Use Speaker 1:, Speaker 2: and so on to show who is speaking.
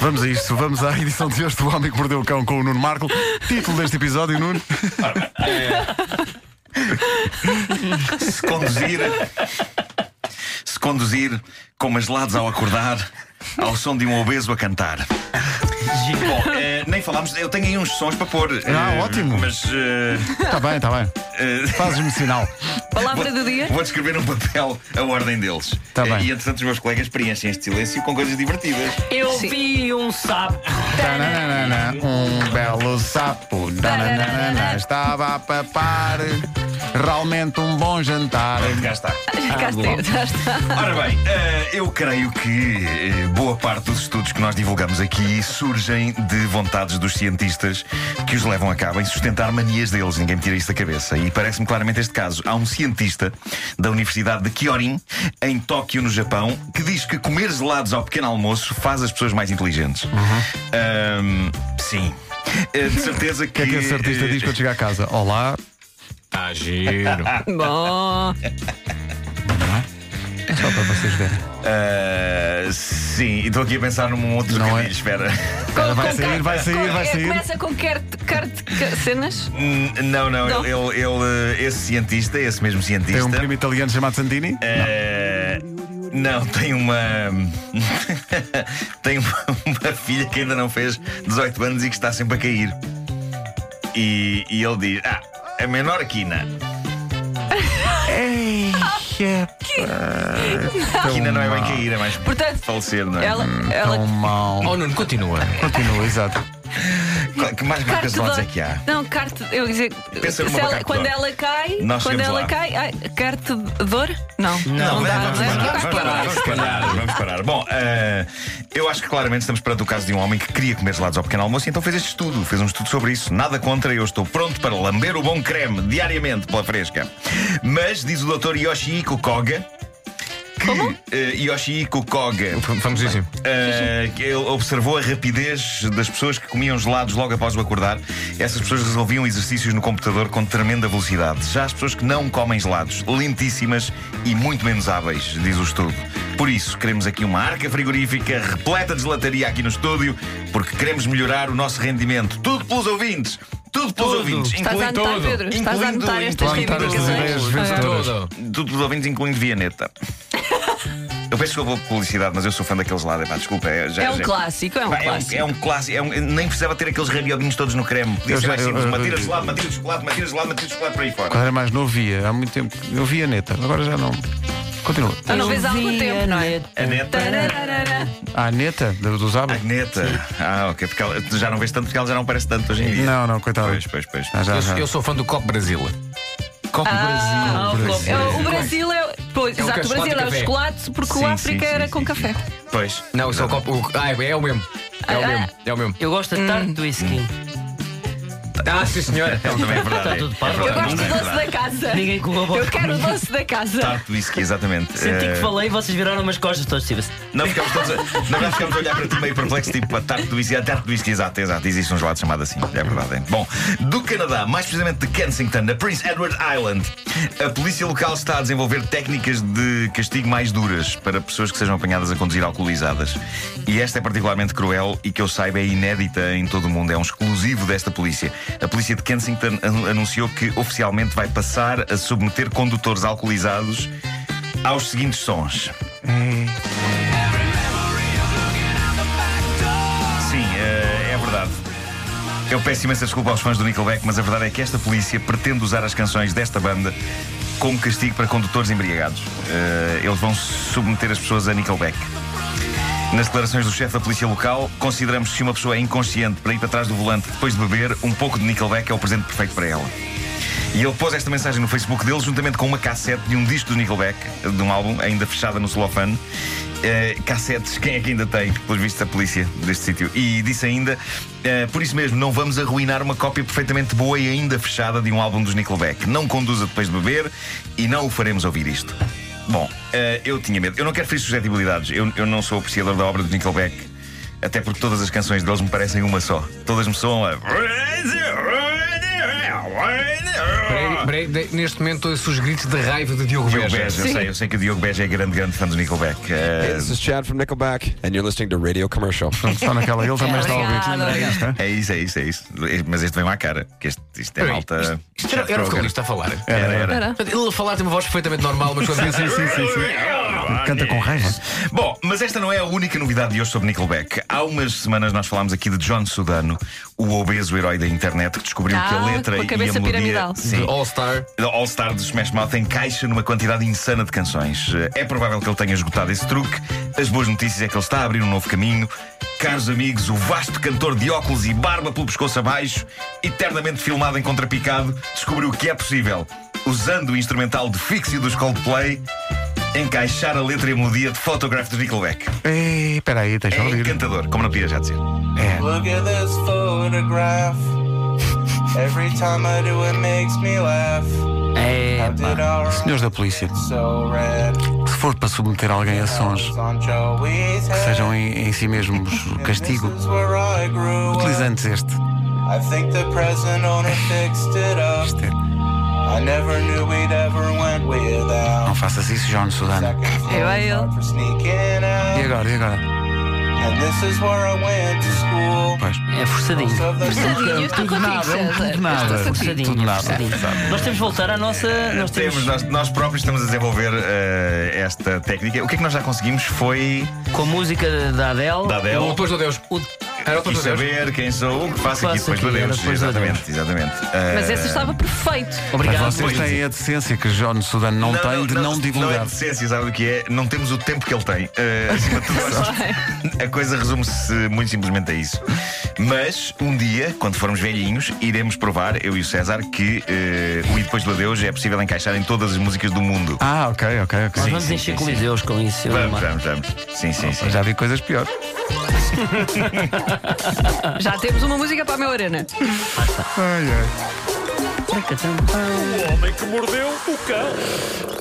Speaker 1: Vamos a isto, vamos à edição de hoje do Homem que Mordeu o Cão com o Nuno Marco. Título deste episódio, Nuno.
Speaker 2: Se conduzir. Se conduzir com umas lados ao acordar, ao som de um obeso a cantar. Bom, eh, nem falámos, eu tenho aí uns sons para pôr.
Speaker 1: Ah,
Speaker 2: eh,
Speaker 1: ótimo.
Speaker 2: Mas. eh,
Speaker 1: Está Tá bem, está bem.
Speaker 2: eh,
Speaker 1: Fazes-me sinal.
Speaker 3: Palavra do dia?
Speaker 2: Vou descrever num papel a ordem deles.
Speaker 1: Tá
Speaker 2: Eh,
Speaker 1: bem.
Speaker 2: E entretanto os meus colegas preenchem este silêncio com coisas divertidas.
Speaker 4: Eu
Speaker 3: Sim.
Speaker 4: vi um sapo.
Speaker 1: Tananana, um belo sapo tananana, estava a papar. Realmente um bom jantar.
Speaker 2: Cá está. Ah,
Speaker 3: Cá está, já está.
Speaker 2: Ora bem, eh, eu creio que eh, boa parte dos estudos que nós divulgamos aqui surgem de vontades dos cientistas que os levam a cabo em sustentar manias deles. Ninguém me tira isto da cabeça. E parece-me claramente este caso. Há um cientista da Universidade de Kyorin, em Tóquio, no Japão, que diz que comer gelados ao pequeno almoço faz as pessoas mais inteligentes. Ahm, sim. Eh, de certeza
Speaker 1: Uhum. O que é que esse artista
Speaker 2: eh,
Speaker 1: diz quando chega a casa? Olá,
Speaker 4: Tá giro.
Speaker 3: Bom,
Speaker 1: só para vocês verem.
Speaker 2: Ah, sim, e estou aqui a pensar num outro
Speaker 1: Não é?
Speaker 2: trocadilho, espera.
Speaker 3: Com-
Speaker 1: Vai
Speaker 3: com
Speaker 1: sair,
Speaker 3: car-
Speaker 1: vai sair,
Speaker 3: com-
Speaker 1: vai
Speaker 3: é,
Speaker 1: sair.
Speaker 3: Começa com carte, carte, ca- cenas.
Speaker 2: Hum, Não, não,
Speaker 3: Não.
Speaker 2: Ele, ele- ele, eh, esse cientista, esse mesmo
Speaker 1: Tem
Speaker 2: cientista.
Speaker 1: um primo italiano chamado Santini?
Speaker 2: eh, não, tem uma. tem uma, uma filha que ainda não fez 18 anos e que está sempre a cair. E, e ele diz: Ah, a menor quina. Quina não é bem cair, é mais
Speaker 3: Portanto,
Speaker 2: falecer, não é?
Speaker 3: ela,
Speaker 1: Tão
Speaker 3: ela
Speaker 1: mal.
Speaker 4: Oh, Nuno, continua.
Speaker 1: Continua, exato.
Speaker 2: Qual- Que mais marcas de
Speaker 3: do-
Speaker 2: lados é que há?
Speaker 3: Não, carte. Eu ia dizer.
Speaker 2: Pensa numa
Speaker 3: se ela-
Speaker 2: carte de
Speaker 3: quando
Speaker 2: dor.
Speaker 3: ela cai.
Speaker 2: Nós
Speaker 3: quando
Speaker 2: chegamos
Speaker 3: ela
Speaker 2: lá.
Speaker 3: cai. ai, carte de dor? Não.
Speaker 2: Não,
Speaker 3: dá,
Speaker 2: vamos
Speaker 3: não é?
Speaker 2: parar,
Speaker 3: Vai
Speaker 2: vamos parar, vamos parar, vamos parar. Bom, eh, eu acho que claramente estamos perante o caso de um homem que queria comer gelados ao pequeno almoço e então fez este estudo, fez um estudo sobre isso. Nada contra, eu estou pronto para lamber o bom creme diariamente pela fresca. Mas, diz o Dr. Yoshihiko Koga, que eh, Yoshihiko Koga
Speaker 4: Famosíssimo.
Speaker 2: Uh, que ele observou a rapidez das pessoas que comiam gelados logo após o acordar. Essas pessoas resolviam exercícios no computador com tremenda velocidade. Já as pessoas que não comem gelados, lentíssimas e muito menos hábeis, diz o estudo. Por isso, queremos aqui uma arca frigorífica repleta de gelataria aqui no estúdio, porque queremos melhorar o nosso rendimento. Tudo pelos ouvintes! Tudo pelos
Speaker 4: Tudo.
Speaker 2: ouvintes,
Speaker 3: Estás a anotar, Pedro? Estás a
Speaker 2: incluindo-
Speaker 3: anotar estas
Speaker 1: incluindo estas
Speaker 3: reivindicações?
Speaker 1: ideias
Speaker 3: Ah.
Speaker 1: vencedoras.
Speaker 4: Todo.
Speaker 2: tudo pelos ouvintes, incluindo Vianeta. Eu peço desculpa pela publicidade, mas eu sou fã daqueles lá. Epá, desculpa, é, já,
Speaker 3: É um
Speaker 2: já-
Speaker 3: clássico, é um
Speaker 2: Pá,
Speaker 3: clássico.
Speaker 2: É um clássico. é um- nem precisava ter aqueles rabiodinhos todos no creme. Podia
Speaker 1: Eu
Speaker 2: ser
Speaker 1: já-
Speaker 2: mais
Speaker 1: eu-
Speaker 2: simples.
Speaker 1: eu-
Speaker 2: Uma tira
Speaker 1: eu-
Speaker 2: de gelado, uma tira de chocolate, uma tira de gelado, uma tira de chocolate para aí fora.
Speaker 1: Quando era mais novo, via. Há muito tempo. Eu via a neta, agora já não. Continua.
Speaker 3: Tu não vês há algum tempo, não é?
Speaker 2: A neta.
Speaker 3: Tarararara.
Speaker 1: A neta do- dos
Speaker 2: A
Speaker 1: abas?
Speaker 2: neta. Ah, ok. Porque ela, tu já não vês tanto porque ela já não parece tanto hoje em dia.
Speaker 1: Não, não, coitado.
Speaker 2: Pois, pois, pois.
Speaker 1: Ah, já,
Speaker 4: Eu,
Speaker 1: já.
Speaker 4: sou- eu sou fã do Copo Brasil. Copo
Speaker 3: Ah, o Copo-
Speaker 4: Brasil.
Speaker 3: é o- O Brasil é. Pois,
Speaker 2: um
Speaker 4: É o
Speaker 3: exato, o
Speaker 4: chocolate
Speaker 3: Brasil
Speaker 4: e
Speaker 3: é o
Speaker 4: café.
Speaker 3: chocolate, porque
Speaker 2: Sim,
Speaker 3: o África
Speaker 2: sim,
Speaker 3: era
Speaker 2: sim,
Speaker 3: com
Speaker 2: sim,
Speaker 3: café.
Speaker 2: Pois.
Speaker 4: Não, isso é o Copo. o- Ah, é o mesmo. É o
Speaker 3: Ah,
Speaker 4: mesmo. É o mesmo.
Speaker 5: Eu gosto
Speaker 3: Hum.
Speaker 5: de tarte do whisky.
Speaker 4: Ah, sim, senhora.
Speaker 2: Também é verdade.
Speaker 5: Está
Speaker 2: é.
Speaker 5: tudo
Speaker 2: É
Speaker 5: parvo.
Speaker 2: verdade,
Speaker 3: Eu
Speaker 2: não
Speaker 3: gosto do
Speaker 2: é
Speaker 3: doce
Speaker 2: verdade.
Speaker 3: da casa.
Speaker 5: Ninguém corrobora.
Speaker 3: Eu quero o doce da casa.
Speaker 2: Tarte whisky, exatamente.
Speaker 5: Senti
Speaker 2: Eh,
Speaker 5: que falei e vocês viraram umas costas todos tipo assim.
Speaker 2: Não ficamos todos a, na verdade, ficamos a olhar para ti meio perplexo, tipo a tarte do whisky, a tarte do whisky, exato, exato. Existe um gelado chamado assim, é verdade. hein? Bom, do Canadá, mais precisamente de Kensington, na Prince Edward Island, a polícia local está a desenvolver técnicas de castigo mais duras para pessoas que sejam apanhadas a conduzir alcoolizadas. E esta é particularmente cruel e que eu saiba é inédita em todo o mundo, é um exclusivo desta polícia. A polícia de Kensington anu- anunciou que oficialmente vai passar a submeter condutores alcoolizados aos seguintes sons. Sim, eh, é verdade. Eu peço imensa desculpa aos fãs do Nickelback, mas a verdade é que esta polícia pretende usar as canções desta banda como castigo para condutores embriagados. Eh, eles vão submeter as pessoas a Nickelback. Nas declarações do chefe da polícia local, consideramos que se uma pessoa é inconsciente para ir para trás do volante depois de beber, um pouco de Nickelback é o presente perfeito para ela. E ele pôs esta mensagem no Facebook dele, juntamente com uma cassete de um disco do Nickelback, de um álbum, ainda fechada no celofane. Eh, cassetes, quem é que ainda tem? Pelos vistos da polícia deste sítio. E disse ainda: eh, por isso mesmo, não vamos arruinar uma cópia perfeitamente boa e ainda fechada de um álbum dos Nickelback. Não conduza depois de beber e não o faremos ouvir isto. Bom, eh, eu tinha medo. Eu não quero ferir suscetibilidades. Eu, eu não sou apreciador da obra do Nickelback. Até porque todas as canções deles me parecem uma só. Todas me soam a.
Speaker 4: Peraí,
Speaker 3: Ah.
Speaker 4: peraí, de- neste momento ouço os gritos de raiva de Diogo
Speaker 2: Diogo
Speaker 4: Beja.
Speaker 2: Beja, eu sei, eu sei que o Diogo Beja é grande, grande fã do Nickelback.
Speaker 6: Hey,
Speaker 2: Eh,
Speaker 6: this is Chad from Nickelback, and you're listening to Radio Commercial.
Speaker 1: Está naquela, ele também está a ouvir.
Speaker 3: Obrigada.
Speaker 1: Lembra disto, hein?
Speaker 2: é isso, é isso, é isso. Mas este vem à cara, que este, isto é
Speaker 4: Peraí,
Speaker 2: malta.
Speaker 4: Isto era, era o vocalista a falar.
Speaker 2: Era, era.
Speaker 3: Era.
Speaker 4: Ele a falar tem uma voz perfeitamente normal, mas quando sim, sim, sim,
Speaker 1: Canta com raiva.
Speaker 2: Bom, mas esta não é a única novidade de hoje sobre Nickelback. Há umas semanas nós falámos aqui de John Sudano, o obeso herói da internet que descobriu
Speaker 3: Ah,
Speaker 2: que a letra
Speaker 3: com a
Speaker 2: e a
Speaker 3: cabeça
Speaker 2: melodia
Speaker 3: piramidal.
Speaker 2: Sim,
Speaker 4: All Star.
Speaker 2: The All Star dos Smash Mouth encaixa numa quantidade insana de canções. É provável que ele tenha esgotado esse truque. As boas notícias é que ele está a abrir um novo caminho. Caros amigos, o vasto cantor de óculos e barba pelo pescoço abaixo, eternamente filmado em contrapicado, descobriu que é possível, usando o instrumental de Fixie dos Coldplay, encaixar a letra e a melodia de Photograph de Nickelback.
Speaker 1: Ei, espera aí, tens de
Speaker 2: É
Speaker 1: ouvir.
Speaker 2: encantador, como não podia já dizer.
Speaker 1: É.
Speaker 7: Look at this photograph. Every time I do it makes me laugh.
Speaker 5: É.
Speaker 7: Did all right,
Speaker 1: Senhores da polícia,
Speaker 7: so red.
Speaker 1: se for para submeter alguém a sons
Speaker 7: It's on Joey's
Speaker 1: que
Speaker 7: head.
Speaker 1: sejam em, em si mesmos castigo,
Speaker 7: This is where I grew up.
Speaker 1: utilizantes este.
Speaker 7: I think the present owner fixed it up.
Speaker 1: este.
Speaker 7: I never knew we'd ever went
Speaker 1: Não
Speaker 7: without.
Speaker 1: faças isso, John Sudano.
Speaker 7: Second
Speaker 3: Eu a
Speaker 7: floor
Speaker 3: ele.
Speaker 7: for sneaking
Speaker 1: E
Speaker 7: out.
Speaker 1: agora, e agora?
Speaker 7: And this is where I went to school.
Speaker 1: Pois.
Speaker 5: É forçadinho.
Speaker 7: Most of the
Speaker 3: Forçadinho, estou
Speaker 1: Tudo
Speaker 3: contigo,
Speaker 1: nada,
Speaker 3: César.
Speaker 1: tudo nada.
Speaker 3: Estou contigo.
Speaker 1: Tudo nada.
Speaker 5: Sim. Nós temos de voltar à nossa. Nós temos.
Speaker 2: Temos, nós, nós próprios estamos a desenvolver eh, esta técnica. O que é que nós já conseguimos foi
Speaker 5: Com a música da Adele.
Speaker 2: da Adele.
Speaker 4: Ou depois do Deus.
Speaker 5: O...
Speaker 4: Era
Speaker 2: E
Speaker 4: o depois do Deus.
Speaker 2: saber quem sou, o que faço aqui
Speaker 5: Faço
Speaker 2: depois
Speaker 5: aqui,
Speaker 2: do
Speaker 5: era
Speaker 2: adeus.
Speaker 5: depois do
Speaker 2: Exatamente, exatamente. Ah,
Speaker 3: Mas essa estava perfeito.
Speaker 1: Mas
Speaker 5: Obrigado.
Speaker 1: vocês
Speaker 2: pois.
Speaker 1: têm a decência que John Sudano não, tem de não,
Speaker 2: Ah, Não é
Speaker 1: divulgar.
Speaker 2: decência, sabe o que é? Não temos o tempo que ele tem. Ah, acima de tudo, acho que a coisa resume-se muito simplesmente a isso. Mas um dia, quando formos velhinhos, iremos provar, eu e o César, que ah, o E depois do adeus é possível encaixar em todas as músicas do mundo.
Speaker 1: Ah, ok, ok, ok.
Speaker 5: Nós
Speaker 2: Sim,
Speaker 5: vamos
Speaker 2: sim,
Speaker 5: encher
Speaker 2: sim, sim.
Speaker 5: coliseus com isso. eu
Speaker 2: Vamos,
Speaker 5: e o Marco.
Speaker 2: vamos, vamos. Sim, sim, sim.
Speaker 1: Já vi coisas piores.
Speaker 3: Já temos uma música para a minha arena.
Speaker 1: Ai, ai.
Speaker 5: Ai, caramba.